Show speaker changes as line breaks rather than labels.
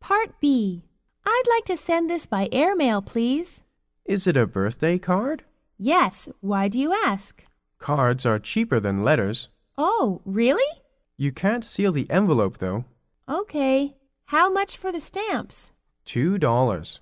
Part B. I'd like to send this by airmail, please.
Is it a birthday card?
Yes, why do you ask?
Cards are cheaper than letters.
Oh, really?
You can't seal the envelope, though.
Okay. How much for the stamps?
Two dollars.